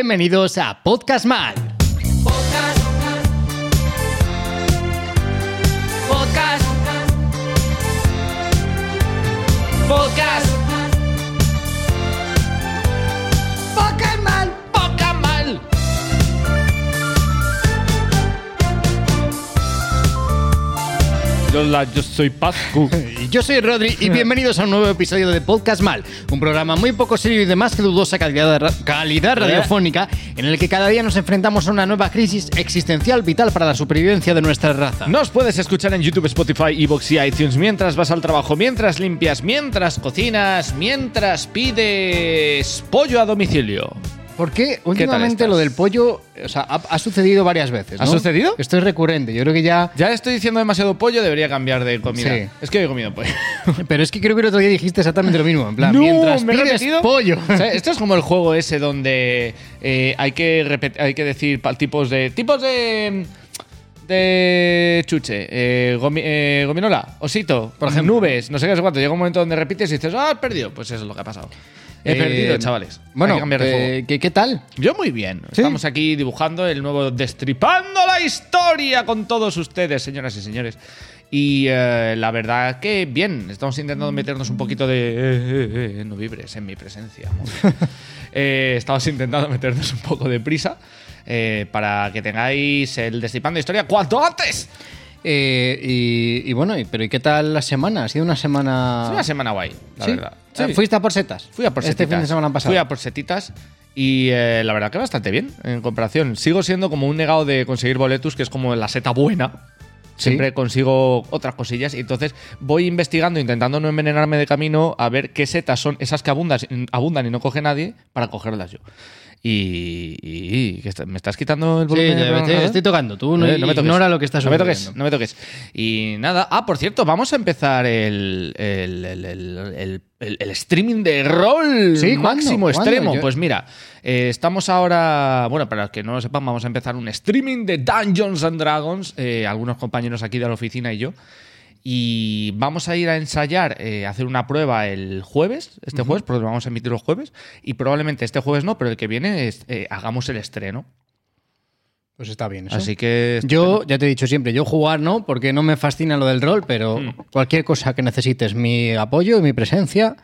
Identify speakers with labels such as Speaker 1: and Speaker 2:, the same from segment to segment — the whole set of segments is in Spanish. Speaker 1: Bienvenidos a Podcast Mal.
Speaker 2: Podcast. Podcast. Podcast. Podcast mal, podcast mal.
Speaker 3: Hola, yo soy Pascu.
Speaker 1: Yo soy Rodri y bienvenidos a un nuevo episodio de Podcast Mal, un programa muy poco serio y de más que dudosa calidad, ra-
Speaker 3: ¿Eh?
Speaker 1: calidad radiofónica en el que cada día nos enfrentamos a una nueva crisis existencial vital para la supervivencia de nuestra raza.
Speaker 3: Nos puedes escuchar en YouTube, Spotify, Evox y iTunes mientras vas al trabajo, mientras limpias, mientras cocinas, mientras pides pollo a domicilio.
Speaker 1: ¿Por qué
Speaker 3: últimamente
Speaker 1: últimamente
Speaker 3: estás?
Speaker 1: lo
Speaker 3: lo
Speaker 1: del
Speaker 3: del
Speaker 1: pollo ha, sucedido varias veces?
Speaker 3: ¿Ha ¿no? sucedido?
Speaker 1: Esto es recurrente, yo creo que ya...
Speaker 3: Ya estoy diciendo demasiado pollo, debería cambiar de comida.
Speaker 1: Sí.
Speaker 3: Es que hoy he comido pollo.
Speaker 1: Pero es que creo que el otro día dijiste exactamente lo mismo, en plan,
Speaker 3: No,
Speaker 1: mientras
Speaker 3: me he
Speaker 1: pides
Speaker 3: repetido.
Speaker 1: pollo.
Speaker 3: O sea, Esto es como el juego ese donde eh, hay, que repet- hay que decir pa- tipos de. Tipos de. De chuche, eh, gomi- eh, gominola, osito, por ejemplo, nubes, no sé qué, no sé cuánto. Llega un momento donde repites y dices, ah, has perdido. Pues eso es lo que ha pasado. He
Speaker 1: Eh,
Speaker 3: perdido, chavales. Hay
Speaker 1: Bueno,
Speaker 3: que cambiar de
Speaker 1: eh,
Speaker 3: juego.
Speaker 1: ¿qué, qué tal?
Speaker 3: Yo muy bien.
Speaker 1: ¿Sí?
Speaker 3: Estamos aquí dibujando el nuevo Destripando la Historia con todos ustedes, señoras y señores. Y eh, la verdad que bien, estamos intentando meternos un poquito de... eh, eh, eh, no vibres en mi presencia. amor. Eh, estamos intentando meternos un poco de prisa eh, para que tengáis el Destripando Historia cuanto antes.
Speaker 1: Eh, y, y bueno, y- pero ¿y qué tal la semana? Ha sido una semana.
Speaker 3: Es una semana guay,
Speaker 1: Ah.
Speaker 3: la
Speaker 1: ¿Sí?
Speaker 3: verdad.
Speaker 1: O sea,
Speaker 3: Sí.
Speaker 1: ¿Fuiste a por setas?
Speaker 3: Fui a por
Speaker 1: Este
Speaker 3: setitas.
Speaker 1: fin de semana pasado.
Speaker 3: Fui a por setitas y eh, la verdad que bastante bien en comparación. Sigo siendo como un negado de conseguir boletus, que es como la seta buena.
Speaker 1: Sí.
Speaker 3: Siempre consigo otras cosillas y entonces voy investigando, intentando no envenenarme de camino a ver qué setas son esas que abundan, abundan y no coge nadie para cogerlas yo. Y, y- y- que está- me estás quitando el
Speaker 1: Sí,
Speaker 3: volumen.
Speaker 1: te-
Speaker 3: del
Speaker 1: te-
Speaker 3: ordenador?
Speaker 1: estoy tocando. Tú no,
Speaker 3: Eh, me toques.
Speaker 1: ignora lo que estás
Speaker 3: No me toques,
Speaker 1: ocurriendo.
Speaker 3: no me toques. Y nada. Ah, por cierto, vamos a empezar el, el, el- el- el- el- el streaming de rol
Speaker 1: Sí, Mm, ¿cuándo?
Speaker 3: máximo
Speaker 1: ¿Cuándo?
Speaker 3: extremo.
Speaker 1: Yo-
Speaker 3: Pues mira, eh, estamos ahora. Bueno, para los que no lo sepan, vamos a empezar un streaming de Dungeons and Dragons. eh, algunos compañeros aquí de la oficina y yo. Y vamos a ir a ensayar, eh, a hacer una prueba el jueves, este jueves, porque lo vamos a emitir los jueves. Y probablemente este jueves no, pero el que viene es, eh, hagamos el estreno.
Speaker 1: Pues está bien. Eso.
Speaker 3: Así que.
Speaker 1: yo, ya te he dicho siempre, yo jugar no, porque no me fascina lo del rol, pero
Speaker 3: Hmm.
Speaker 1: cualquier cosa que necesites mi apoyo y mi presencia.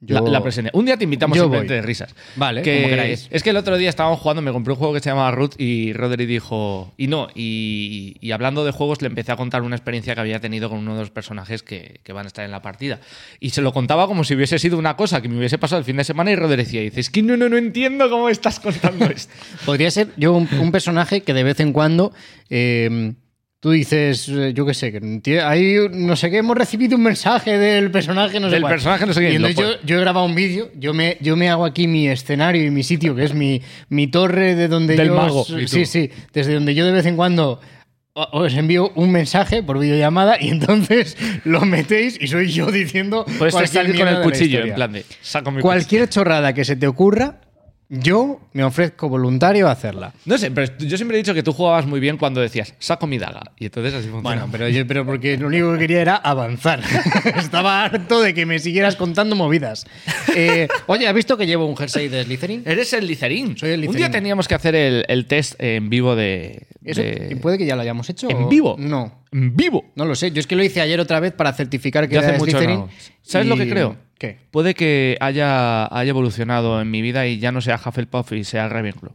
Speaker 1: Yo...
Speaker 3: La, la presencia. Un día te invitamos
Speaker 1: Yo
Speaker 3: simplemente
Speaker 1: voy.
Speaker 3: de risas.
Speaker 1: Vale,
Speaker 3: Que-
Speaker 1: como queráis.
Speaker 3: Es que el otro día estábamos jugando, me compré un juego que se llamaba Root y Rodri dijo. Y no, y, y hablando de juegos, le empecé a contar una experiencia que había tenido con uno de los personajes que, que van a estar en la partida. Y se lo contaba como si hubiese sido una cosa que me hubiese pasado el fin de semana. Y Rodri decía: Dice, es que no, no, no entiendo cómo estás contando esto.
Speaker 1: Podría ser yo un, un personaje que de vez en cuando eh, tú dices, eh, yo qué sé, que tie- hay un- no sé qué, hemos recibido un mensaje del personaje, no sé
Speaker 3: Del
Speaker 1: cuál.
Speaker 3: personaje, no sé quién,
Speaker 1: Y
Speaker 3: lo
Speaker 1: entonces yo,
Speaker 3: pone.
Speaker 1: yo he grabado un vídeo, yo me, yo me hago aquí mi escenario y mi sitio, que es mi, mi torre de donde
Speaker 3: Del
Speaker 1: yo.
Speaker 3: mago, y tú.
Speaker 1: Sí, sí, desde donde yo de vez en cuando. o- Os envío un mensaje por videollamada y entonces lo metéis y soy yo diciendo.
Speaker 3: Puedes
Speaker 1: cualquier
Speaker 3: salir con
Speaker 1: mierda
Speaker 3: el
Speaker 1: de la
Speaker 3: cuchillo, en
Speaker 1: historia.
Speaker 3: plan de. Saco mi cuchillo".
Speaker 1: Cualquier chorrada que se te ocurra, yo me ofrezco voluntario a hacerla.
Speaker 3: No sé, pero yo siempre he dicho que tú jugabas muy bien cuando decías: Saco mi daga. Y entonces así funciona.
Speaker 1: Bueno, pero, yo, pero porque lo único que quería era avanzar. Estaba harto de que me siguieras contando movidas. Eh, oye, ¿has visto que llevo un jersey de Slytherin?
Speaker 3: Eres el licerín.
Speaker 1: Soy el
Speaker 3: Un
Speaker 1: Licerín.
Speaker 3: día teníamos que hacer el, el test en vivo de.
Speaker 1: Eso,
Speaker 3: de-
Speaker 1: ¿Puede que ya lo hayamos hecho?
Speaker 3: ¿En
Speaker 1: o-
Speaker 3: vivo?
Speaker 1: No,
Speaker 3: En vivo.
Speaker 1: no lo sé. Yo es que lo hice ayer otra vez para certificar que
Speaker 3: Ya
Speaker 1: era
Speaker 3: hace
Speaker 1: de
Speaker 3: mucho
Speaker 1: Slytherin.
Speaker 3: no. ¿Sabes lo que
Speaker 1: y-
Speaker 3: creo?
Speaker 1: ¿Qué?
Speaker 3: Puede que haya, haya evolucionado en mi vida y ya no sea Hufflepuff y sea Ravenclaw.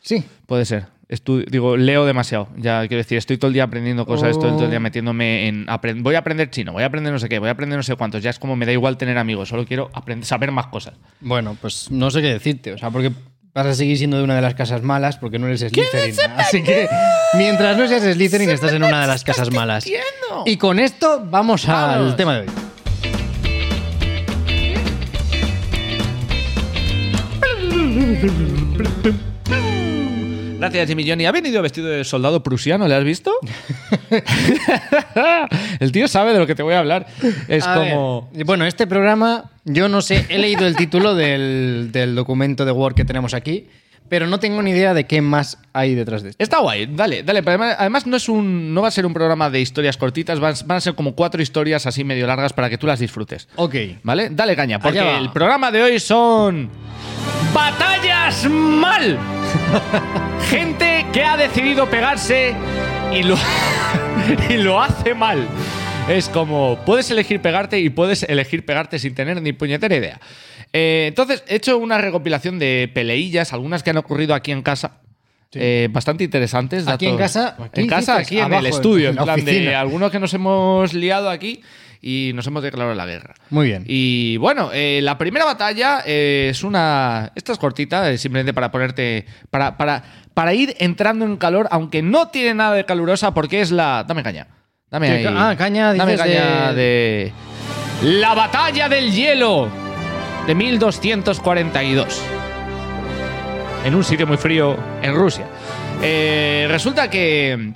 Speaker 1: Sí.
Speaker 3: Puede ser. Estu- digo, leo demasiado. Ya quiero decir, estoy todo el día aprendiendo cosas, estoy todo el
Speaker 1: Oh.
Speaker 3: día metiéndome en. apren- voy a aprender chino, voy a aprender no sé qué, voy a aprender no sé cuántos. Ya es como me da igual tener amigos, solo quiero aprender, saber más cosas.
Speaker 1: Bueno, pues no sé qué decirte. O sea, porque vas a seguir siendo de una de las casas malas porque no eres Slytherin. Así que mientras no seas Slytherin estás en una de las casas malas.
Speaker 3: mintiendo.
Speaker 1: Y con esto vamos al
Speaker 3: Vamos.
Speaker 1: tema de hoy.
Speaker 3: Gracias, Jimmy Johnny. ¿Ha venido vestido de soldado prusiano? ¿Le has visto? el tío sabe de lo que te voy a hablar. Es
Speaker 1: A
Speaker 3: como.
Speaker 1: ver, bueno, este programa, yo no sé, he leído el título del, del documento de Word que tenemos aquí, pero no tengo ni idea de qué más hay detrás de esto.
Speaker 3: Está guay, dale, dale. pero además, además no es un, no va a ser un programa de historias cortitas, van, van a ser como cuatro historias así medio largas para que tú las disfrutes.
Speaker 1: Ok.
Speaker 3: ¿Vale? Dale caña, porque
Speaker 1: Allá va.
Speaker 3: el programa de hoy son. ¡Batallas mal! Gente que ha decidido pegarse y lo, y lo hace mal. Es como, puedes elegir pegarte y puedes elegir pegarte sin tener ni puñetera idea. Eh, entonces, he hecho una recopilación de peleillas, algunas que han ocurrido aquí en casa. eh, bastante interesantes.
Speaker 1: ¿Aquí en
Speaker 3: datos-
Speaker 1: casa?
Speaker 3: En
Speaker 1: ¿Aquí
Speaker 3: casa,
Speaker 1: dices?
Speaker 3: aquí en
Speaker 1: Abajo,
Speaker 3: el estudio.
Speaker 1: en
Speaker 3: En
Speaker 1: la
Speaker 3: plan de
Speaker 1: oficina.
Speaker 3: algunos que nos hemos liado aquí y nos hemos declarado la guerra.
Speaker 1: Muy bien.
Speaker 3: Y bueno, eh, la primera batalla eh, es una. Esta es cortita, eh, simplemente para ponerte. Para, para, para ir entrando en calor, aunque no tiene nada de calurosa, porque es la. Dame caña. Dame
Speaker 1: Sí,
Speaker 3: ahí.
Speaker 1: ca- ah, caña,
Speaker 3: Dame
Speaker 1: dices,
Speaker 3: caña
Speaker 1: de-
Speaker 3: de. La batalla del hielo de 1242 en un sitio muy frío en Rusia. Eh, resulta que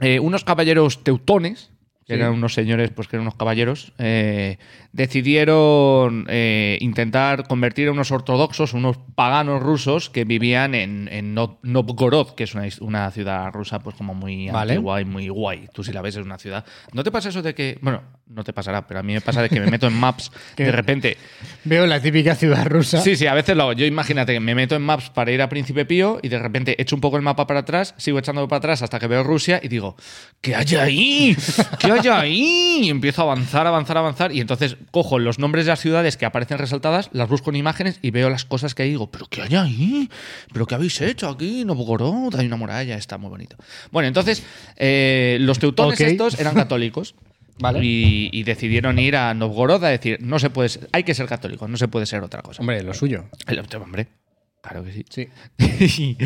Speaker 3: eh, unos caballeros teutones, que eran unos señores, pues que eran unos caballeros, eh, decidieron eh, intentar convertir a unos ortodoxos, unos paganos rusos que vivían en, en Nov- Novgorod, que es una, is- una ciudad rusa, pues como muy
Speaker 1: Vale.
Speaker 3: antigua y muy guay. Tú si la ves es una ciudad. ¿No te pasa eso de que, bueno, no te pasará, pero a mí me pasa de que me meto en maps
Speaker 1: Que-
Speaker 3: de repente.
Speaker 1: Veo la típica ciudad rusa.
Speaker 3: Sí, sí, a veces lo hago. Yo imagínate que me meto en maps para ir a Príncipe Pío y de repente echo un poco el mapa para atrás, sigo echándolo para atrás hasta que veo Rusia y digo, ¿qué hay ahí? ¿Qué hay ahí? Y empiezo a avanzar, avanzar, avanzar. Y entonces cojo los nombres de las ciudades que aparecen resaltadas, las busco en imágenes y veo las cosas que hay y digo, ¿pero qué hay ahí? ¿Pero qué habéis hecho aquí? Novgorod, hay una muralla, está muy bonito. Bueno, entonces eh, los teutones
Speaker 1: Ok.
Speaker 3: estos eran católicos.
Speaker 1: Vale.
Speaker 3: Y, y decidieron ir a Novgorod a decir, no se puede ser- hay que ser católico, no se puede ser otra cosa.
Speaker 1: Hombre, lo suyo.
Speaker 3: El otro, hombre. Claro que sí.
Speaker 1: Sí.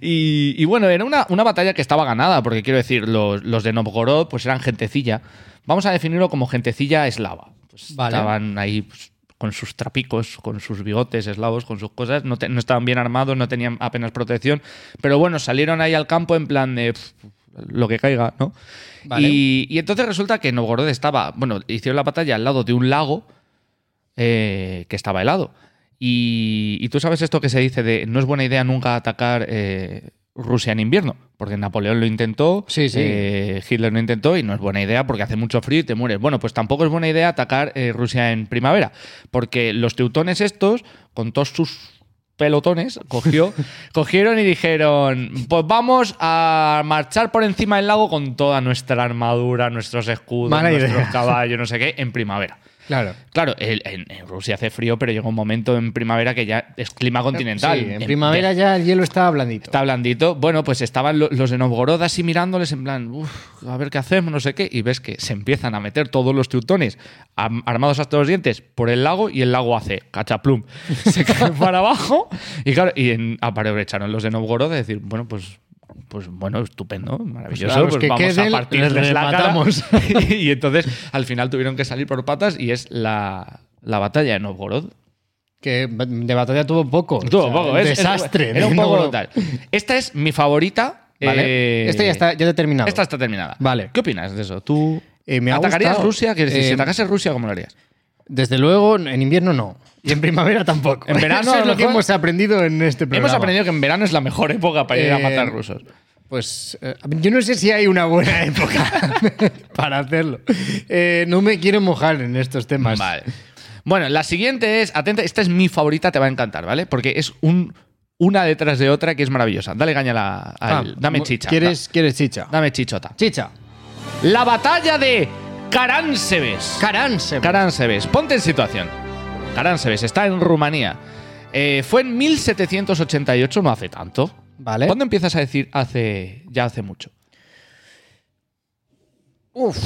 Speaker 3: y, y bueno, era una, una batalla que estaba ganada, porque quiero decir, los, los de Novgorod pues eran gentecilla. Vamos a definirlo como gentecilla eslava. Pues
Speaker 1: Vale.
Speaker 3: Estaban ahí pues, con sus trapicos, con sus bigotes eslavos, con sus cosas. No, te- no estaban bien armados, no tenían apenas protección. Pero bueno, salieron ahí al campo en plan de pf, lo que caiga, ¿no?
Speaker 1: Vale.
Speaker 3: Y, y entonces resulta que Novgorod estaba, bueno, hicieron la batalla al lado de un lago eh, que estaba helado. Y, y tú sabes esto que se dice de no es buena idea nunca atacar eh, Rusia en invierno, porque Napoleón lo intentó,
Speaker 1: Sí, sí.
Speaker 3: eh, Hitler lo intentó y no es buena idea porque hace mucho frío y te mueres. Bueno, pues tampoco es buena idea atacar eh, Rusia en primavera, porque los teutones estos, con todos sus pelotones, cogió, cogieron y dijeron, pues vamos a marchar por encima del lago con toda nuestra armadura, nuestros escudos,
Speaker 1: Mala idea.
Speaker 3: nuestros caballos, no sé qué, en primavera.
Speaker 1: Claro.
Speaker 3: Claro, el- en, en Rusia hace frío, pero llega un momento en primavera que ya es clima continental.
Speaker 1: Sí, en primavera ya el hielo está blandito.
Speaker 3: Está blandito. Bueno, pues estaban lo- los de Novgorod así mirándoles en plan, "Uf, a ver qué hacemos, no sé qué. Y ves que se empiezan a meter todos los teutones am- armados hasta los dientes por el lago y el lago hace cachaplum. Se cae para abajo y claro, y en, aprovecharon los de Novgorod a decir, bueno, pues... Pues bueno, estupendo, maravilloso.
Speaker 1: a los
Speaker 3: pues
Speaker 1: que
Speaker 3: vamos
Speaker 1: queden,
Speaker 3: a partirles
Speaker 1: les
Speaker 3: la cara.
Speaker 1: rematamos.
Speaker 3: y entonces al final tuvieron que salir por patas y es la, la batalla de Novgorod.
Speaker 1: Que de batalla tuvo poco.
Speaker 3: Tuvo
Speaker 1: O sea,
Speaker 3: poco,
Speaker 1: un
Speaker 3: es- es-
Speaker 1: Desastre.
Speaker 3: era un
Speaker 1: de
Speaker 3: poco
Speaker 1: no-
Speaker 3: brutal. Esta es mi favorita.
Speaker 1: Vale.
Speaker 3: eh,
Speaker 1: Este ya está, ya te he terminado.
Speaker 3: Esta está terminada.
Speaker 1: Vale.
Speaker 3: ¿Qué opinas de eso? ¿Tú
Speaker 1: Eh, me ha
Speaker 3: atacarías
Speaker 1: gustado.
Speaker 3: Rusia? Quiero decir, si
Speaker 1: Eh,
Speaker 3: atacase Rusia, ¿cómo lo harías?
Speaker 1: Desde luego, en invierno no. Y en primavera tampoco.
Speaker 3: En verano,
Speaker 1: Eso
Speaker 3: a
Speaker 1: es
Speaker 3: lo
Speaker 1: lo que
Speaker 3: mejor-
Speaker 1: hemos aprendido en este programa.
Speaker 3: Hemos aprendido que en verano es la mejor época para ir a
Speaker 1: Eh,
Speaker 3: matar rusos.
Speaker 1: Pues eh, yo no sé si hay una buena época para hacerlo. Eh, no me quiero mojar en estos temas.
Speaker 3: Vale. Bueno, la siguiente es, atenta, esta es mi favorita, te va a encantar, ¿vale? Porque es un, una detrás de otra que es maravillosa. Dale caña a la,
Speaker 1: Ah,
Speaker 3: al- dame
Speaker 1: mu-
Speaker 3: chicha.
Speaker 1: ¿Quieres, quieres chicha?
Speaker 3: Da- dame chichota.
Speaker 1: Chicha.
Speaker 3: La batalla de Karánsebes.
Speaker 1: Caranse.
Speaker 3: Caranseves, ponte en situación. Caranseves está en Rumanía. Eh, fue en 1788, no hace tanto.
Speaker 1: Vale.
Speaker 3: ¿Cuándo empiezas a decir hace ya hace mucho? Ah,
Speaker 1: Uf,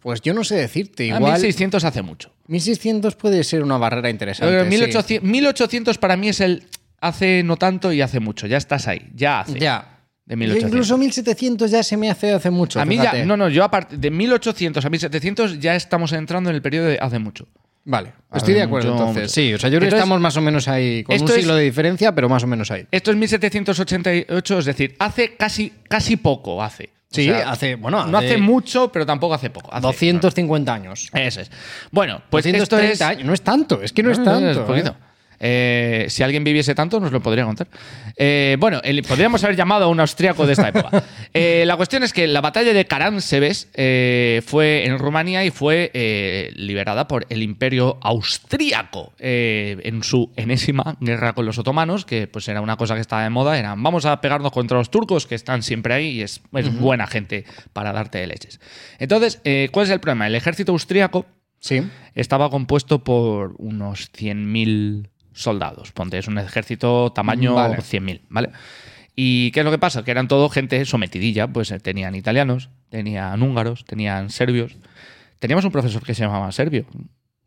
Speaker 1: pues yo no sé decirte.
Speaker 3: Ah,
Speaker 1: Igual
Speaker 3: 1600 hace mucho.
Speaker 1: 1600 puede ser una barrera
Speaker 3: Yo creo
Speaker 1: interesante.
Speaker 3: que 1800, 1800 para mí es el hace no tanto y hace mucho. Ya estás ahí, ya
Speaker 1: sí.
Speaker 3: hace.
Speaker 1: Ya.
Speaker 3: De
Speaker 1: Yo
Speaker 3: 1800.
Speaker 1: Incluso 1700 ya se me hace hace mucho.
Speaker 3: a mí ya,
Speaker 1: fíjate.
Speaker 3: no, no, yo aparte de 1800 a 1700 ya estamos entrando en el periodo de hace mucho.
Speaker 1: Vale, estoy de acuerdo
Speaker 3: mucho,
Speaker 1: entonces.
Speaker 3: mucho.
Speaker 1: Sí, o sea, yo creo que
Speaker 3: Entonces,
Speaker 1: estamos más o menos ahí, con un
Speaker 3: esto es-
Speaker 1: siglo de diferencia, pero más o menos ahí.
Speaker 3: Esto es 1788, es decir, hace casi, casi poco hace. O
Speaker 1: Sí,
Speaker 3: sea,
Speaker 1: hace, bueno,
Speaker 3: no hace mucho, pero tampoco hace poco. hace-
Speaker 1: 250 años.
Speaker 3: Eso es. Bueno, pues esto
Speaker 1: 230
Speaker 3: es.
Speaker 1: años. No es tanto, es que no es tanto.
Speaker 3: Ah, poquito.
Speaker 1: ¿eh?
Speaker 3: Eh, si alguien viviese tanto, nos lo podría contar. Eh, bueno, el- podríamos haber llamado a un austriaco de esta época. Eh, la cuestión es que la batalla de Caranseves eh, fue en Rumanía y fue eh, liberada por el imperio austríaco eh, en su enésima guerra con los otomanos, que pues era una cosa que estaba de moda, eran vamos a pegarnos contra los turcos que están siempre ahí y es, es buena gente para darte de leches. Entonces, eh, ¿cuál es el problema? El ejército austríaco
Speaker 1: Sí.
Speaker 3: estaba compuesto por unos 100.000 soldados. Ponte, es un ejército tamaño
Speaker 1: Vale.
Speaker 3: 100.000, ¿vale? ¿Y qué es lo que pasa? Que eran todo gente sometidilla, pues eh, tenían italianos, tenían húngaros, tenían serbios. Teníamos un profesor que se llamaba Serbio.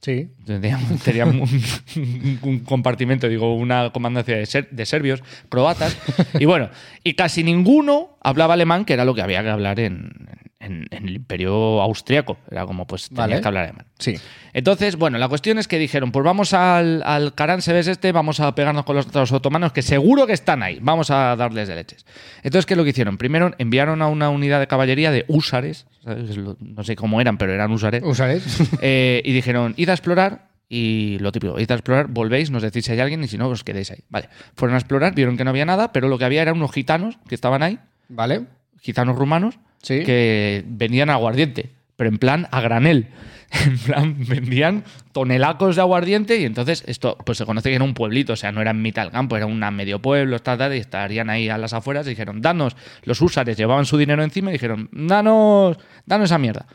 Speaker 1: Sí.
Speaker 3: Teníamos, teníamos un, un- un compartimento, digo, una comandancia de, ser- de serbios, croatas. Y bueno, y casi ninguno hablaba alemán, que era lo que había que hablar en, en- en el imperio austriaco. Era como, pues, tenías
Speaker 1: Vale.
Speaker 3: que hablar alemán.
Speaker 1: Sí.
Speaker 3: Entonces, bueno, la cuestión es que dijeron, pues vamos al, al Caranseves este, vamos a pegarnos con los, otros otomanos, que seguro que están ahí, vamos a darles de leches. Entonces, ¿qué es lo que hicieron? Primero enviaron a una unidad de caballería de húsares, ¿sabes? Es lo- no sé cómo eran, pero eran húsares,
Speaker 1: ¿Usaréis?
Speaker 3: eh, y dijeron, id a explorar, y lo típico, id a explorar, volvéis, nos decís si hay alguien, y si no, os quedéis ahí. Vale, fueron a explorar, vieron que no había nada, pero lo que había eran unos gitanos que estaban ahí,
Speaker 1: ¿Vale?
Speaker 3: gitanos rumanos
Speaker 1: Sí.
Speaker 3: que vendían aguardiente, pero en plan a granel. En plan, vendían tonelacos de aguardiente y entonces esto pues se conoce que era un pueblito, o sea, no era en mitad del campo, era un medio pueblo, tal, tal, y estarían ahí a las afueras y dijeron, danos, los húsares llevaban su dinero encima y dijeron, danos, danos esa mierda.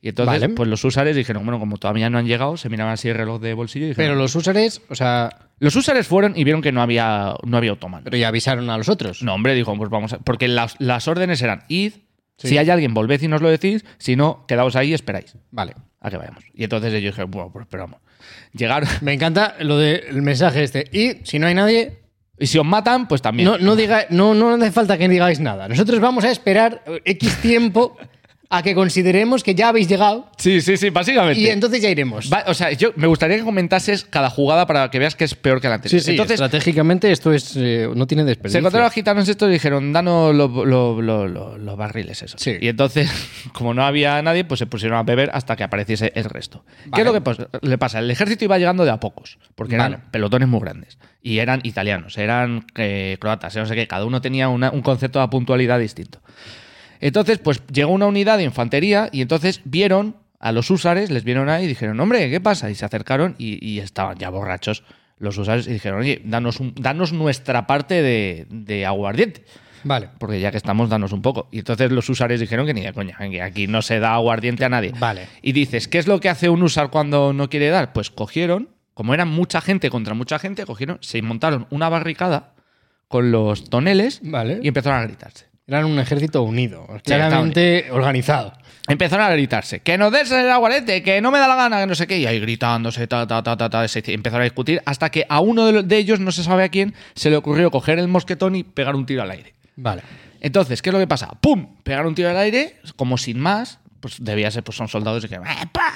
Speaker 3: Y entonces,
Speaker 1: Vale.
Speaker 3: pues los húsares dijeron, bueno, como todavía no han llegado, se miraban así el reloj de bolsillo y dijeron,
Speaker 1: Pero los usaréis, o sea,
Speaker 3: los húsares fueron y vieron que no había, no había otomanos.
Speaker 1: pero ya avisaron a los otros.
Speaker 3: No, hombre, dijo, pues vamos a... Porque las, las órdenes eran, id,
Speaker 1: Sí.
Speaker 3: si hay alguien, volved y nos lo decís, si no, quedaos ahí y esperáis
Speaker 1: Vale.
Speaker 3: a que vayamos. Y entonces ellos dijeron, bueno, pues esperamos. Llegaron,
Speaker 1: Me encanta lo del mensaje este. Y si no hay nadie,
Speaker 3: y si os matan, pues también.
Speaker 1: no, no, diga, no, no hace falta que digáis nada. Nosotros vamos a esperar eh, X tiempo a que consideremos que ya habéis llegado
Speaker 3: Sí, sí, sí, básicamente.
Speaker 1: y entonces ya iremos.
Speaker 3: Va- o sea, yo me gustaría que comentases cada jugada para que veas que es peor que la anterior. entonces,
Speaker 1: estratégicamente esto es eh, no tiene
Speaker 3: se
Speaker 1: desperdicio.
Speaker 3: encontraron los gitanos estos y dijeron, danos lo- lo- lo- lo- los barriles esos.
Speaker 1: Sí.
Speaker 3: Y entonces, como no había nadie, pues se pusieron a beber hasta que apareciese el resto. ¿Qué
Speaker 1: Vale.
Speaker 3: es lo que pos- le pasa? El ejército iba llegando de a pocos, porque eran
Speaker 1: Vale.
Speaker 3: pelotones muy grandes. Y eran italianos, eran eh, croatas, eh, no sé qué. Cada uno tenía una- un concepto de puntualidad distinto. Entonces, pues llegó una unidad de infantería y entonces vieron a los húsares, les vieron ahí y dijeron, hombre, ¿qué pasa? Y se acercaron y, y estaban ya borrachos los húsares y dijeron, oye, danos, un- danos nuestra parte de, de aguardiente.
Speaker 1: Vale.
Speaker 3: Porque ya que estamos, danos un poco. Y entonces los usares dijeron que ni de coña, que aquí no se da aguardiente a nadie.
Speaker 1: Vale.
Speaker 3: Y dices, ¿qué es lo que hace un usar cuando no quiere dar? Pues cogieron, como era mucha gente contra mucha gente, cogieron, se montaron una barricada con los toneles
Speaker 1: Vale.
Speaker 3: y empezaron a gritarse.
Speaker 1: Eran un ejército unido,
Speaker 3: está
Speaker 1: claramente organizado.
Speaker 3: Empezaron a gritarse, que no des el aguarete, que no me da la gana, que no sé qué, y ahí gritándose, ta, ta, ta, ta, ta, se empezaron a discutir, hasta que a uno de, lo- de ellos, no se sabe a quién, se le ocurrió coger el mosquetón y pegar un tiro al aire.
Speaker 1: Vale.
Speaker 3: Entonces, ¿qué es lo que pasa? ¡Pum! Pegar un tiro al aire, como sin más, pues debía ser, pues son soldados y que...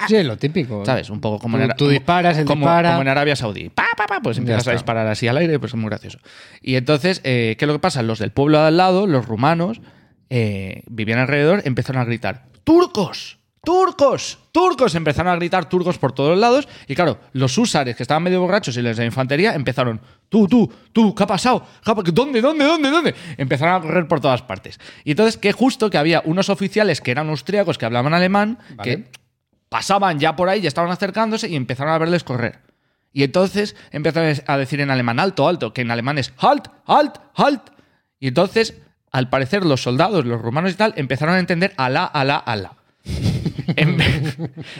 Speaker 1: Sí, es lo típico.
Speaker 3: Ah. ¿Sabes? Un poco como en,
Speaker 1: Tú-
Speaker 3: Ara-
Speaker 1: tú
Speaker 3: como-
Speaker 1: disparas, él
Speaker 3: como,
Speaker 1: dispara.
Speaker 3: como en Arabia Saudí. Pa, pa, pa, pues empiezas
Speaker 1: está.
Speaker 3: a disparar así al aire, pues es muy gracioso. Y entonces, eh, ¿qué es lo que pasa? Los del pueblo de al lado, los rumanos, eh, vivían alrededor, empezaron a gritar: ¡Turcos! ¡Turcos! ¡Turcos! Empezaron a gritar turcos por todos lados. Y claro, los húsares que estaban medio borrachos y los de infantería empezaron: ¡Tú, tú, tú! ¿Qué ha pasado? ¿Qué ha pa- ¿Dónde, dónde, dónde, dónde? Empezaron a correr por todas partes. Y entonces, que justo que había unos oficiales que eran austriacos que hablaban alemán,
Speaker 1: Vale.
Speaker 3: que pasaban ya por ahí, ya estaban acercándose y empezaron a verles correr. Y entonces empezaron a decir en alemán alto, alto, que en alemán es halt, halt, halt. Y entonces, al parecer, los soldados, los rumanos y tal, empezaron a entender alá, alá, alá. Em-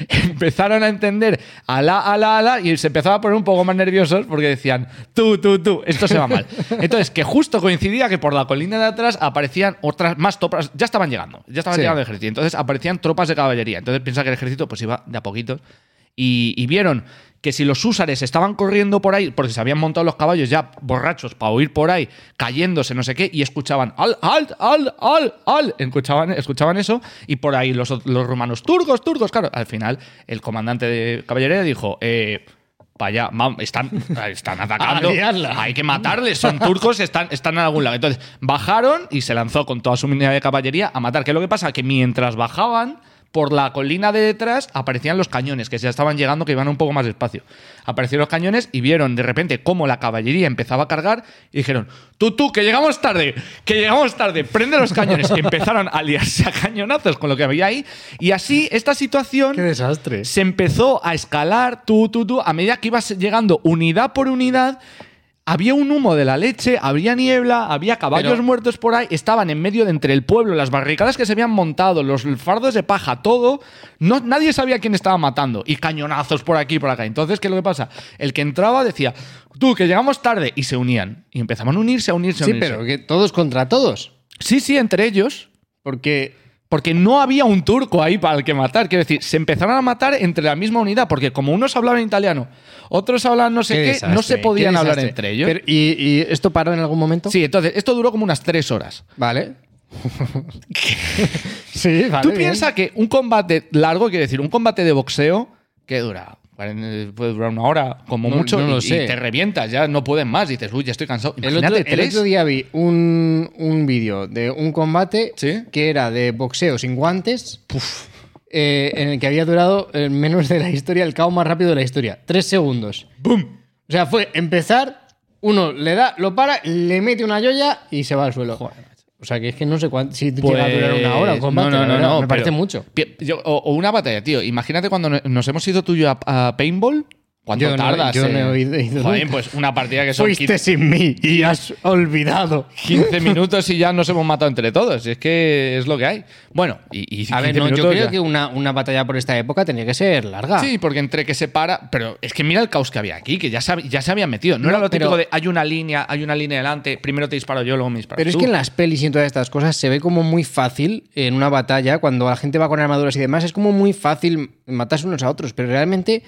Speaker 3: empezaron a entender alá, alá, alá y se empezaban a poner un poco más nerviosos porque decían tú, tú, tú, esto se va mal. Entonces, que justo coincidía que por la colina de atrás aparecían otras más tropas, ya estaban llegando, ya estaban
Speaker 1: Sí.
Speaker 3: llegando el ejército. Entonces aparecían tropas de caballería. Entonces piensa que el ejército pues iba de a poquitos y, y vieron que si los húsares estaban corriendo por ahí, porque se habían montado los caballos ya borrachos para huir por ahí, cayéndose, no sé qué, y escuchaban al, al, al, al, al, escuchaban, escuchaban eso, y por ahí los, los romanos, turcos, turcos, claro. Al final, el comandante de caballería dijo, eh. Vaya, están, están atacando.
Speaker 1: A liarla.
Speaker 3: Hay que matarles, son turcos, están, están en algún lado. Entonces, bajaron y se lanzó con toda su unidad de caballería a matar. ¿Qué es lo que pasa? Que mientras bajaban, por la colina de detrás aparecían los cañones, que ya estaban llegando, que iban un poco más despacio. Aparecieron los cañones y vieron de repente cómo la caballería empezaba a cargar y dijeron, tú, tú, que llegamos tarde, que llegamos tarde, prende los cañones. Y empezaron a liarse a cañonazos con lo que había ahí. Y así esta situación
Speaker 1: Qué desastre.
Speaker 3: se empezó a escalar tú, tú, tú, a medida que ibas llegando unidad por unidad. Había un humo de la leche, había niebla, había caballos
Speaker 1: Pero-
Speaker 3: muertos por ahí, estaban en medio de entre el pueblo, las barricadas que se habían montado, los fardos de paja, todo. No, nadie sabía quién estaba matando. Y cañonazos por aquí y por acá. Entonces, ¿qué es lo que pasa? El que entraba decía, tú, que llegamos tarde. Y se unían. Y empezaban a unirse, a unirse, a
Speaker 1: Sí,
Speaker 3: unirse.
Speaker 1: pero que todos contra todos.
Speaker 3: Sí, sí, entre ellos.
Speaker 1: Porque
Speaker 3: Porque no había un turco ahí para el que matar. Quiero decir, se empezaron a matar entre la misma unidad, porque como unos hablaban italiano, otros hablaban no sé qué, no se podían hablar entre ellos.
Speaker 1: ¿y, y esto paró en algún momento?
Speaker 3: sí, entonces, esto duró como unas tres horas.
Speaker 1: Vale. sí, vale.
Speaker 3: Tú
Speaker 1: bien.
Speaker 3: piensas que un combate largo, quiero decir, un combate de boxeo, que dura? Cuaren- eh, Puede durar una hora, como
Speaker 1: No-
Speaker 3: mucho,
Speaker 1: no
Speaker 3: y-
Speaker 1: lo
Speaker 3: y,
Speaker 1: sé.
Speaker 3: te revientas, ya no puedes más, dices, uy, ya estoy cansado.
Speaker 1: El otro,
Speaker 3: Imagínate
Speaker 1: el
Speaker 3: tres.
Speaker 1: otro día vi un, un vídeo de un combate
Speaker 3: Sí.
Speaker 1: que era de boxeo sin guantes, eh, en el que había durado eh, menos de la historia, el caos más rápido de la historia. Tres segundos.
Speaker 3: ¡Bum!
Speaker 1: O sea, fue empezar, uno le da, lo para, le mete una joya y se va al suelo. O sea, que es que no sé cuánto, si llega a durar una hora un combate,
Speaker 3: Pues, No,
Speaker 1: la
Speaker 3: no, no,
Speaker 1: verdad,
Speaker 3: no,
Speaker 1: me parece
Speaker 3: pero-
Speaker 1: mucho.
Speaker 3: Pi- yo- o, o una batalla, tío. Imagínate cuando no- nos hemos ido tuyo a, a paintball. ¿Cuánto
Speaker 1: Yo no-
Speaker 3: tardas?
Speaker 1: yo no he
Speaker 3: eh?
Speaker 1: ido- ido
Speaker 3: Joder,
Speaker 1: nunca.
Speaker 3: pues una partida que son
Speaker 1: Fuiste
Speaker 3: 15,
Speaker 1: sin mí y has olvidado.
Speaker 3: 15 minutos y ya nos hemos matado entre todos. Es que es lo que hay. Bueno, y, y
Speaker 1: A ver,
Speaker 3: 15
Speaker 1: no, yo
Speaker 3: minutos
Speaker 1: creo
Speaker 3: ya.
Speaker 1: que una, una batalla por esta época tenía que ser larga.
Speaker 3: Sí, porque entre que se para. Pero es que mira el caos que había aquí, que ya se, hab- ya se habían metido. No,
Speaker 1: No,
Speaker 3: era lo típico
Speaker 1: pero-
Speaker 3: de hay una línea, hay una línea delante, primero te disparo yo, luego me disparo
Speaker 1: Pero es
Speaker 3: tú.
Speaker 1: que en las pelis y en todas estas cosas se ve como muy fácil en una batalla, cuando la gente va con armaduras y demás, es como muy fácil matarse unos a otros, pero realmente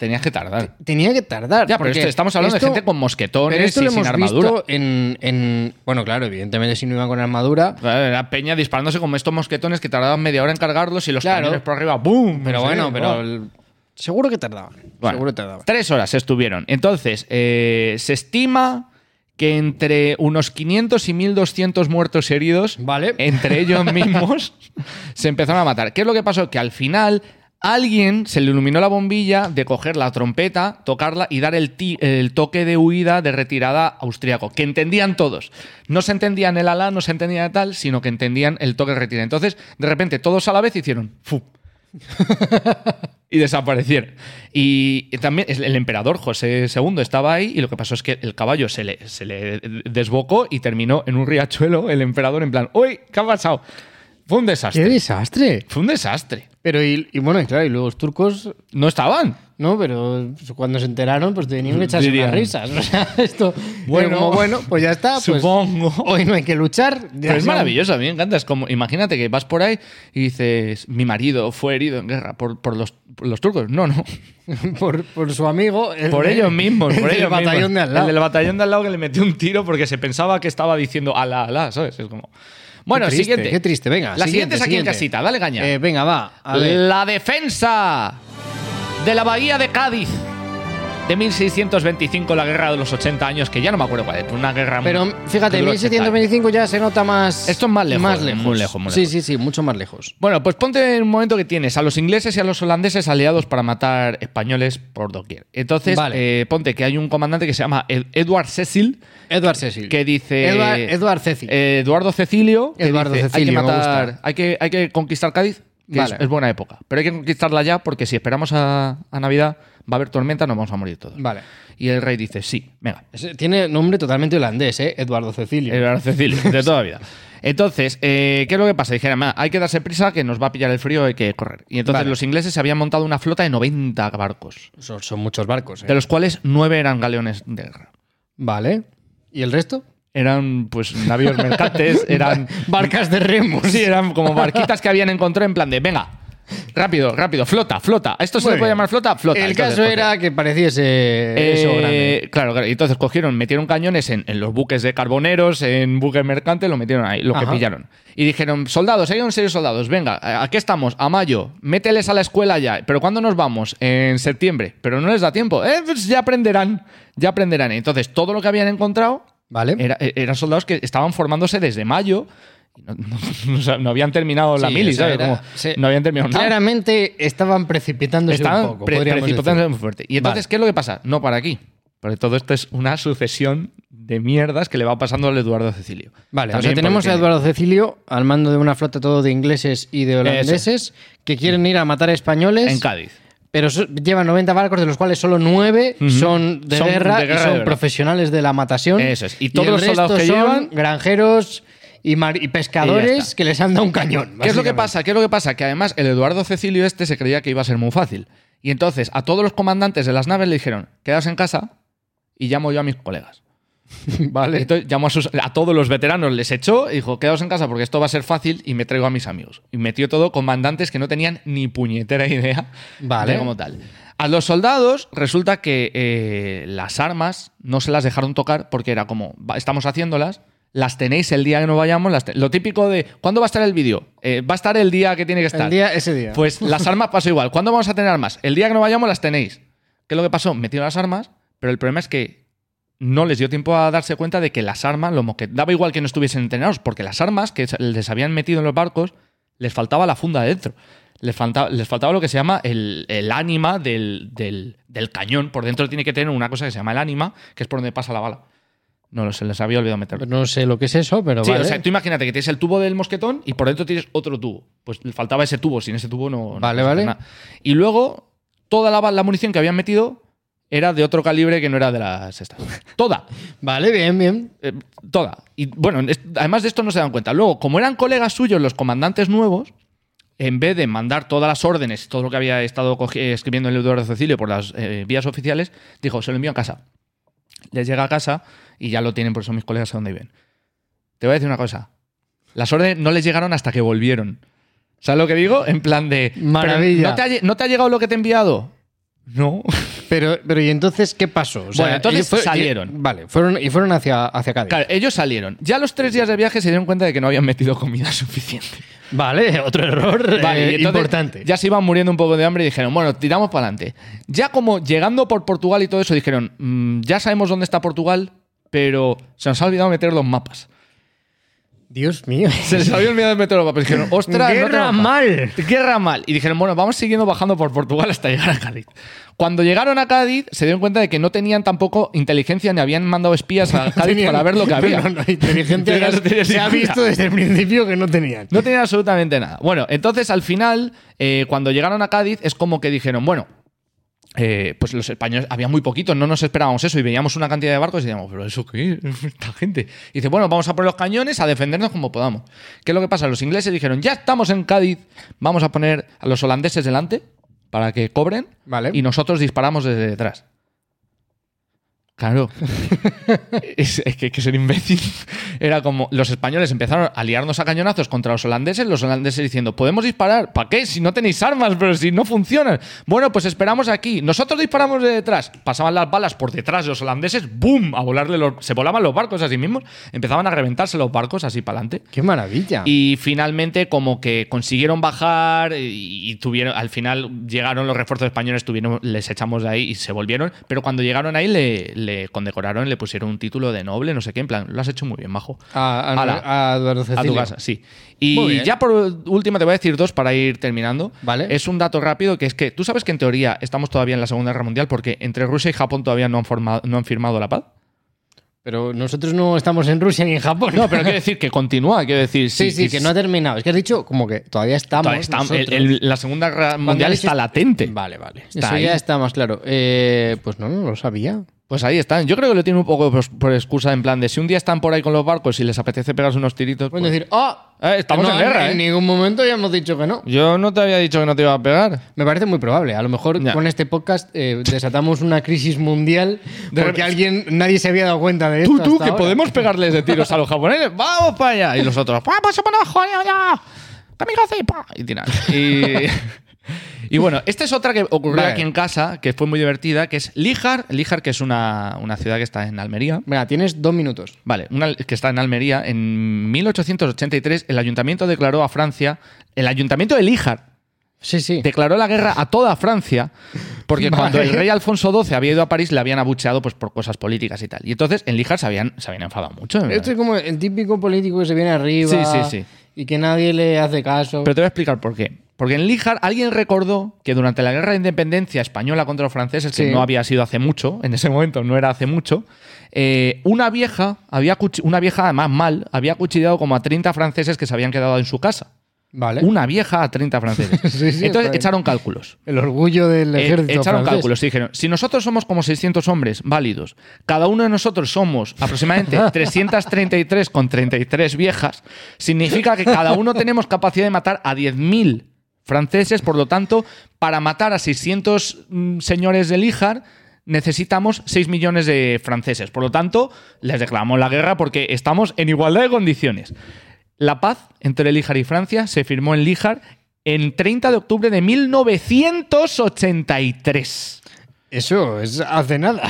Speaker 3: Tenías que tardar.
Speaker 1: tenía que tardar.
Speaker 3: Ya, pero
Speaker 1: porque
Speaker 3: esto- estamos hablando de
Speaker 1: esto-
Speaker 3: gente con mosquetones
Speaker 1: Pero esto
Speaker 3: y
Speaker 1: lo
Speaker 3: sin
Speaker 1: hemos
Speaker 3: armadura.
Speaker 1: visto en, en- Bueno, claro, evidentemente si no iban con armadura.
Speaker 3: Claro, Era Eh, Peña disparándose como estos mosquetones que tardaban media hora en cargarlos y los
Speaker 1: Claro.
Speaker 3: cañones por arriba, ¡boom!
Speaker 1: Pero
Speaker 3: Sí, oh.
Speaker 1: bueno, pero.
Speaker 3: ¿no?
Speaker 1: el- Seguro que tardaban.
Speaker 3: Bueno,
Speaker 1: Seguro que tardaban.
Speaker 3: Tres horas estuvieron. Entonces, eh, se estima que entre unos 500 y 1200 muertos y heridos,
Speaker 1: Vale.
Speaker 3: entre ellos mismos, se empezaron a matar. ¿Qué es lo que pasó? Que al final alguien se le iluminó la bombilla de coger la trompeta, tocarla y dar el, ti- el toque de huida de retirada austriaco, que entendían todos. No se entendían el ala, no se entendía tal, sino que entendían el toque de retirada. Entonces, de repente, todos a la vez hicieron ¡fu! y desaparecieron. Y también es- el emperador José II estaba ahí y lo que pasó es que el caballo se le, se le desbocó y terminó en un riachuelo el emperador en plan, ¡Uy! ¿Qué ha pasado? Fue un
Speaker 1: ¡Qué
Speaker 3: desastre.
Speaker 1: desastre!
Speaker 3: Fue un desastre.
Speaker 1: Pero, y, y bueno, y claro, y luego los turcos.
Speaker 3: No estaban.
Speaker 1: No, pero cuando se enteraron, pues tenían que echarse
Speaker 3: Dirían.
Speaker 1: unas risas. O sea, esto.
Speaker 3: Bueno.
Speaker 1: Bueno, bueno, pues ya está. pues,
Speaker 3: Supongo.
Speaker 1: Hoy no hay que luchar. ya
Speaker 3: Pero es
Speaker 1: sea-
Speaker 3: maravilloso, a mí me encanta. Es como, imagínate que vas por ahí y dices, mi marido fue herido en guerra por, por los, por los turcos. No, no.
Speaker 1: Por, por su amigo. el
Speaker 3: Por
Speaker 1: de-
Speaker 3: ellos mismos.
Speaker 1: el
Speaker 3: por
Speaker 1: del
Speaker 3: ellos mismos.
Speaker 1: batallón de al lado.
Speaker 3: El del batallón de al lado que le metió un tiro porque se pensaba que estaba diciendo ala, ala, ¿sabes? Es como... Bueno,
Speaker 1: Qué triste,
Speaker 3: siguiente.
Speaker 1: Qué triste, venga.
Speaker 3: La siguiente, es aquí en
Speaker 1: siguiente.
Speaker 3: casita, dale caña.
Speaker 1: Eh, venga, va. A ver.
Speaker 3: La defensa de la Bahía de Cádiz. De 1625, la guerra de los 80 años, que ya no me acuerdo cuál es, una guerra
Speaker 1: Pero
Speaker 3: que
Speaker 1: fíjate,
Speaker 3: duró 80 años.
Speaker 1: 1625 ya se nota más.
Speaker 3: Esto es más lejos, eh,
Speaker 1: Más
Speaker 3: muy
Speaker 1: lejos.
Speaker 3: lejos, muy
Speaker 1: sí,
Speaker 3: lejos.
Speaker 1: sí, sí, mucho más lejos.
Speaker 3: Bueno, pues ponte en un momento que tienes a los ingleses y a los holandeses aliados para matar españoles por doquier. Entonces,
Speaker 1: Vale.
Speaker 3: eh, ponte que hay un comandante que se llama Ed- Edward Cecil,
Speaker 1: Edward Cecil.
Speaker 3: que dice...
Speaker 1: Edward, Edward Cecil.
Speaker 3: Eh, Eduardo Cecilio. que
Speaker 1: Eduardo
Speaker 3: dice,
Speaker 1: Cecilio,
Speaker 3: Hay que
Speaker 1: me
Speaker 3: matar,
Speaker 1: gusta.
Speaker 3: Hay, que, hay que conquistar Cádiz. que
Speaker 1: Vale.
Speaker 3: es, es buena época. Pero hay que conquistarla ya porque si esperamos a, a Navidad va a haber tormenta, nos vamos a morir todos.
Speaker 1: Vale.
Speaker 3: Y el rey dice, sí, venga.
Speaker 1: Ese Tiene nombre totalmente holandés, ¿eh? Eduardo Cecilio.
Speaker 3: Eduardo Cecilio, de toda vida. Entonces, eh, ¿qué es lo que pasa? Dijeron, "Ma, hay que darse prisa que nos va a pillar el frío, hay que correr. Y entonces
Speaker 1: Vale.
Speaker 3: los ingleses se habían montado una flota de 90 barcos,
Speaker 1: son, son muchos barcos, ¿eh?
Speaker 3: de los cuales 9 eran galeones de guerra.
Speaker 1: Vale. ¿Y el resto?
Speaker 3: Eran, pues, navíos mercantes, eran
Speaker 1: Barcas de remos.
Speaker 3: Sí, eran como barquitas que habían encontrado en plan de, venga, rápido, rápido, flota, flota. ¿A ¿Esto se
Speaker 1: Muy
Speaker 3: le puede
Speaker 1: bien.
Speaker 3: llamar flota? Flota.
Speaker 1: El
Speaker 3: Entonces,
Speaker 1: caso
Speaker 3: pues,
Speaker 1: era que pareciese eso
Speaker 3: eh,
Speaker 1: grande.
Speaker 3: Claro, claro. Y entonces cogieron, metieron cañones en, en los buques de carboneros, en buques mercantes, lo metieron ahí, lo que
Speaker 1: Ajá.
Speaker 3: pillaron. Y dijeron, soldados, hay un serio de soldados, venga, ¿a qué estamos? A mayo, mételes a la escuela ya. ¿Pero cuándo nos vamos? En septiembre. Pero no les da tiempo. Eh, pues ya aprenderán, ya aprenderán. Entonces, todo lo e-, que habían encontrado
Speaker 1: Vale.
Speaker 3: era- eran soldados que estaban formándose desde mayo. Y no, no- o sea, no habían terminado la
Speaker 1: Sí,
Speaker 3: mili,
Speaker 1: o sea,
Speaker 3: ¿sabes?
Speaker 1: era-
Speaker 3: Como,
Speaker 1: se-
Speaker 3: no habían terminado nada.
Speaker 1: Claramente estaban precipitándose
Speaker 3: Estaban
Speaker 1: un poco.
Speaker 3: pre-
Speaker 1: podríamos
Speaker 3: precipitándose
Speaker 1: decir.
Speaker 3: muy fuerte. Y entonces,
Speaker 1: Vale.
Speaker 3: ¿qué es lo que pasa? No para aquí. Porque todo esto es una sucesión de mierdas que le va pasando al Eduardo Cecilio.
Speaker 1: Vale, o
Speaker 3: También
Speaker 1: sea, tenemos a
Speaker 3: porque-
Speaker 1: Eduardo Cecilio al mando de una flota todo de ingleses y de holandeses que quieren ir a matar españoles.
Speaker 3: En Cádiz.
Speaker 1: Pero so- llevan 90 barcos, de los cuales solo 9
Speaker 3: Ujú.
Speaker 1: son de
Speaker 3: Son
Speaker 1: guerra y
Speaker 3: de guerra de
Speaker 1: son
Speaker 3: verdad.
Speaker 1: profesionales de la matación.
Speaker 3: Eso es. Y todos
Speaker 1: el
Speaker 3: los soldados
Speaker 1: resto
Speaker 3: que
Speaker 1: son
Speaker 3: llevan-
Speaker 1: granjeros y, mar- y
Speaker 3: Y ya
Speaker 1: pescadores
Speaker 3: está.
Speaker 1: que les han dado un cañón.
Speaker 3: ¿Qué es lo que
Speaker 1: básicamente.
Speaker 3: pasa? ¿Qué es lo que pasa? Que además el Eduardo Cecilio este se creía que iba a ser muy fácil. Y entonces a todos los comandantes de las naves le dijeron, quedaos en casa y llamo yo a mis colegas. Vale. Entonces llamó a, sus- a todos los veteranos, les echó y dijo, quedaos en casa porque esto va a ser fácil y me traigo a mis amigos. Y metió todo comandantes que no tenían ni puñetera idea
Speaker 1: Vale.
Speaker 3: de cómo tal. A los soldados resulta que eh, las armas no se las dejaron tocar porque era como, "Va, estamos haciéndolas, las tenéis el día que no vayamos. las te- lo típico de, ¿cuándo va a estar el vídeo? Eh, va a estar el día que tiene que estar.
Speaker 1: El día, ese día.
Speaker 3: Pues las armas pasó igual. ¿Cuándo vamos a tener armas? El día que no vayamos las tenéis. ¿Qué es lo que pasó? Metieron las armas, pero el problema es que no les dio tiempo a darse cuenta de que las armas, lo mo- que daba igual que no estuviesen entrenados, porque las armas que se- les habían metido en los barcos, les faltaba la funda dentro. Les faltaba, les faltaba lo que se llama el, el ánima del, del- del cañón. Por dentro tiene que tener una cosa que se llama el ánima, que es por donde pasa la bala. No lo sé, les había olvidado meterlo.
Speaker 1: no sé lo que es eso, pero
Speaker 3: Sí,
Speaker 1: vale.
Speaker 3: o sea, tú imagínate que tienes el tubo del mosquetón y por dentro tienes otro tubo. Pues le faltaba ese tubo, sin ese tubo no. no
Speaker 1: Vale,
Speaker 3: pasa
Speaker 1: vale.
Speaker 3: nada. Y luego, toda la, ba- la munición que habían metido era de otro calibre que no era de las estas. toda.
Speaker 1: Vale, bien, bien.
Speaker 3: Eh, toda. Y bueno, es- además de esto no se dan cuenta. Luego, como eran colegas suyos los comandantes nuevos, en vez de mandar todas las órdenes, todo lo que había estado cogi- eh, escribiendo el Eduardo Cecilio por las eh, vías oficiales, dijo, se lo envío a casa. Les llega a casa y ya lo tienen, por eso mis colegas a dónde viven. Te voy a decir una cosa. Las órdenes no les llegaron hasta que volvieron. ¿Sabes lo que digo? En plan de... "Pero,
Speaker 1: Maravilla.
Speaker 3: ¿no te ha lle- ¿No te ha llegado lo que te he enviado? No.
Speaker 1: Pero, pero ¿y entonces qué pasó? O sea,
Speaker 3: Bueno, entonces
Speaker 1: ellos fue-
Speaker 3: salieron.
Speaker 1: Vale, fueron, y fueron hacia, hacia Cádiz.
Speaker 3: Claro, ellos salieron. Ya a los tres días de viaje se dieron cuenta de que no habían metido comida suficiente.
Speaker 1: Vale, otro error
Speaker 3: Vale,
Speaker 1: eh,
Speaker 3: y entonces
Speaker 1: importante.
Speaker 3: Ya se iban muriendo un poco de hambre y dijeron, bueno, tiramos para adelante. Ya como llegando por Portugal y todo eso, dijeron, "Mm, ya sabemos dónde está Portugal, pero se nos ha olvidado meter los mapas.
Speaker 1: Dios mío.
Speaker 3: Se les había olvidado meter los mapas. Dijeron, ostras, no
Speaker 1: Guerra
Speaker 3: tenemos mapa".
Speaker 1: mal.
Speaker 3: Guerra mal. Y dijeron, bueno, vamos siguiendo bajando por Portugal hasta llegar a Cádiz. Cuando llegaron a Cádiz, se dieron cuenta de que no tenían tampoco inteligencia ni habían mandado espías a Cádiz
Speaker 1: Tenían-
Speaker 3: para ver lo que había.
Speaker 1: No, no, inteligencia
Speaker 3: Tenían-
Speaker 1: ya
Speaker 3: tenían
Speaker 1: se ha
Speaker 3: ninguna.
Speaker 1: visto desde el principio que no tenían.
Speaker 3: No tenían absolutamente nada. Bueno, entonces al final, eh, cuando llegaron a Cádiz, es como que dijeron, bueno, eh, pues los españoles, había muy poquitos, no nos esperábamos eso, y veíamos una cantidad de barcos y decíamos, pero ¿eso qué? es? Esta gente. Y dice, bueno, vamos a por los cañones, a defendernos como podamos. ¿Qué es lo que pasa? Los ingleses dijeron, ya estamos en Cádiz, vamos a poner a los holandeses delante para que cobren,
Speaker 1: Vale.
Speaker 3: y nosotros disparamos desde detrás. Claro. es, es que hay que ser imbécil. Era como los españoles empezaron a liarnos a cañonazos contra los holandeses, los holandeses diciendo, podemos disparar, ¿para qué? Si no tenéis armas, pero si no funcionan. Bueno, pues esperamos aquí. Nosotros disparamos de detrás. Pasaban las balas por detrás de los holandeses, ¡boom! A volarle los... Se volaban los barcos así mismos, empezaban a reventarse los barcos así para adelante.
Speaker 1: Qué maravilla.
Speaker 3: Y finalmente, como que consiguieron bajar y, y tuvieron. Al final llegaron los refuerzos españoles, tuvieron, les echamos de ahí y se volvieron. Pero cuando llegaron ahí, le, le condecoraron, le pusieron un título de noble, no sé qué. En plan, lo has hecho muy bien, majo.
Speaker 1: a, a-
Speaker 3: Ala,
Speaker 1: a Eduardo
Speaker 3: a tu
Speaker 1: Cecilio.
Speaker 3: casa,
Speaker 1: Muy
Speaker 3: sí. Y
Speaker 1: bien.
Speaker 3: ya por último te voy a decir dos para ir terminando.
Speaker 1: Vale.
Speaker 3: Es un dato rápido que es que tú sabes que en teoría estamos todavía en la Segunda Guerra Mundial porque entre Rusia y Japón todavía no han, formado, no han firmado la paz.
Speaker 1: Pero nosotros no estamos en Rusia ni en Japón.
Speaker 3: No, pero quiero decir que continúa, quiero decir.
Speaker 1: sí, sí,
Speaker 3: y-
Speaker 1: que no ha terminado. Es que has dicho como que todavía estamos.
Speaker 3: Todavía está-
Speaker 1: nosotros.
Speaker 3: el- el- la Segunda Guerra Mundial
Speaker 1: has dicho-
Speaker 3: está latente.
Speaker 1: Vale, vale.
Speaker 3: Está
Speaker 1: Eso
Speaker 3: ahí.
Speaker 1: ya está más claro. Eh, pues no, no lo sabía.
Speaker 3: Pues ahí están. Yo creo que lo tiene un poco por, por excusa en plan de si un día están por ahí con los barcos y les apetece pegarse unos tiritos.
Speaker 1: Pueden
Speaker 3: pues-
Speaker 1: decir, ¡ah!
Speaker 3: Eh, estamos
Speaker 1: No,
Speaker 3: en guerra,
Speaker 1: En
Speaker 3: ¿eh?
Speaker 1: ningún momento ya hemos dicho que no.
Speaker 3: Yo no te había dicho que no te iba a pegar.
Speaker 1: Me parece muy probable. A lo mejor
Speaker 3: Ya.
Speaker 1: con este podcast eh, desatamos una crisis mundial
Speaker 3: De
Speaker 1: porque
Speaker 3: repente-
Speaker 1: alguien, nadie se había dado cuenta de esto.
Speaker 3: Tú, tú,
Speaker 1: hasta
Speaker 3: que
Speaker 1: ahora.
Speaker 3: podemos pegarles de tiros a los japoneses. ¡Vamos para allá! Y los otros, ¡ah, pues bueno, joder, ya! ¡Amigo cepa! Y tiran. Y, y bueno, esta es otra que ocurrió
Speaker 1: Vale.
Speaker 3: aquí en casa, que fue muy divertida, que es Líjar. Líjar, que es una, una ciudad que está en Almería.
Speaker 1: Mira, tienes dos minutos.
Speaker 3: Vale, una que está en Almería. En 1883, el ayuntamiento declaró a Francia, el ayuntamiento de Líjar,
Speaker 1: Sí, sí.
Speaker 3: declaró la guerra a toda Francia porque cuando el rey Alfonso XII había ido a París le habían abucheado pues, por cosas políticas y tal. Y entonces en Lijas se habían, se habían enfadado mucho. en
Speaker 1: Esto
Speaker 3: verdad.
Speaker 1: es como el típico político que se viene arriba
Speaker 3: Sí, sí, sí.
Speaker 1: y que nadie le hace caso.
Speaker 3: Pero te voy a explicar por qué. Porque en Líjar alguien recordó que durante la guerra de independencia española contra los franceses, que
Speaker 1: Sí.
Speaker 3: no había sido hace mucho, en ese momento no era hace mucho, eh, una vieja, había cuchi- una vieja además mal, había cuchillado como a 30 franceses que se habían quedado en su casa.
Speaker 1: vale.
Speaker 3: Una vieja a 30 franceses.
Speaker 1: Sí, sí, está
Speaker 3: Entonces
Speaker 1: bien.
Speaker 3: echaron cálculos.
Speaker 1: El orgullo del
Speaker 3: Eh,
Speaker 1: ejército.
Speaker 3: echaron
Speaker 1: francés.
Speaker 3: cálculos y dijeron, si nosotros somos como 600 hombres válidos, cada uno de nosotros somos aproximadamente 333 con 33 viejas, significa que cada uno tenemos capacidad de matar a 10.000 franceses, por lo tanto, para matar a 600 mm, señores de Líjar necesitamos 6 millones de franceses. Por lo tanto, les declaramos la guerra porque estamos en igualdad de condiciones. La paz entre Líjar y Francia se firmó en Líjar en 30 de octubre de 1983.
Speaker 1: Eso es hace nada,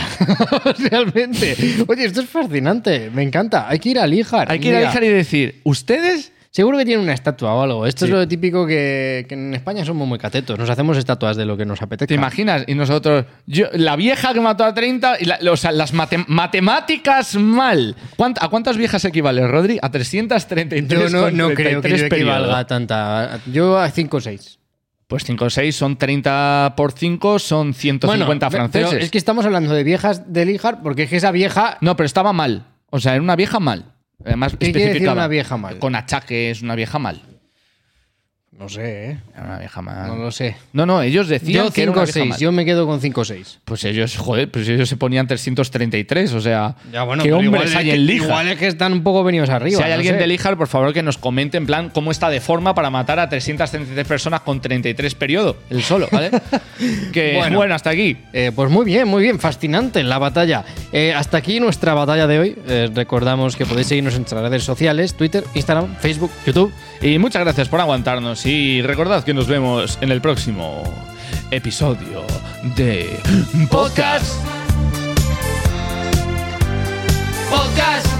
Speaker 1: realmente. Oye, esto es fascinante, me encanta. Hay que ir a Lijar.
Speaker 3: Hay que ir a
Speaker 1: Mira,
Speaker 3: Líjar y decir, ¿ustedes?
Speaker 1: Seguro que tiene una estatua o algo. Esto
Speaker 3: Sí.
Speaker 1: es lo típico que, que en España somos muy catetos. Nos hacemos estatuas de lo que nos apetezca.
Speaker 3: ¿Te imaginas? Y nosotros, yo, la vieja que mató a 30, y la- o sea, las mate- matemáticas mal. ¿Cuánt- ¿A cuántas viejas equivale, Rodri? A 333.
Speaker 1: Yo no,
Speaker 3: con
Speaker 1: no creo que
Speaker 3: 33
Speaker 1: yo
Speaker 3: periodo.
Speaker 1: equivalga tanta. Yo a 5 o 6.
Speaker 3: Pues 5 o 6 son 30 por 5, son 150 franceses.
Speaker 1: es que estamos hablando de viejas de Lijar porque es que esa vieja.
Speaker 3: No, pero estaba mal. O sea, era una vieja mal. Además,
Speaker 1: ¿Qué quiere decir
Speaker 3: especificaba.
Speaker 1: una vieja mal?
Speaker 3: Con achaques, una vieja mal.
Speaker 1: No sé, ¿eh?
Speaker 3: Era una vieja mal.
Speaker 1: No lo sé.
Speaker 3: No, no, ellos decían
Speaker 1: Yo
Speaker 3: que
Speaker 1: 5
Speaker 3: era una
Speaker 1: o
Speaker 3: vieja
Speaker 1: 6.
Speaker 3: mal.
Speaker 1: Yo me quedo con 5 o 6.
Speaker 3: Pues ellos, joder, pues ellos se ponían 333, o sea,
Speaker 1: Ya, bueno,
Speaker 3: ¿qué
Speaker 1: pero
Speaker 3: hombres
Speaker 1: igual es
Speaker 3: hay
Speaker 1: que-
Speaker 3: en Lija?
Speaker 1: Igual es que están un poco venidos arriba.
Speaker 3: si hay
Speaker 1: no
Speaker 3: alguien
Speaker 1: sé.
Speaker 3: de Lijar, por favor que nos comente en plan cómo está de forma para matar a 333 personas con 33 periodo, el solo, ¿vale? que bueno.
Speaker 1: Bueno.
Speaker 3: hasta aquí.
Speaker 1: Eh, pues muy bien, muy bien, fascinante la batalla. Eh, hasta aquí nuestra batalla de hoy. Eh, recordamos que podéis seguirnos en nuestras redes sociales, Twitter, Instagram, Facebook, YouTube.
Speaker 3: Y muchas gracias por aguantarnos y recordad que nos vemos en el próximo episodio de Podcast.
Speaker 2: Podcast. Podcast.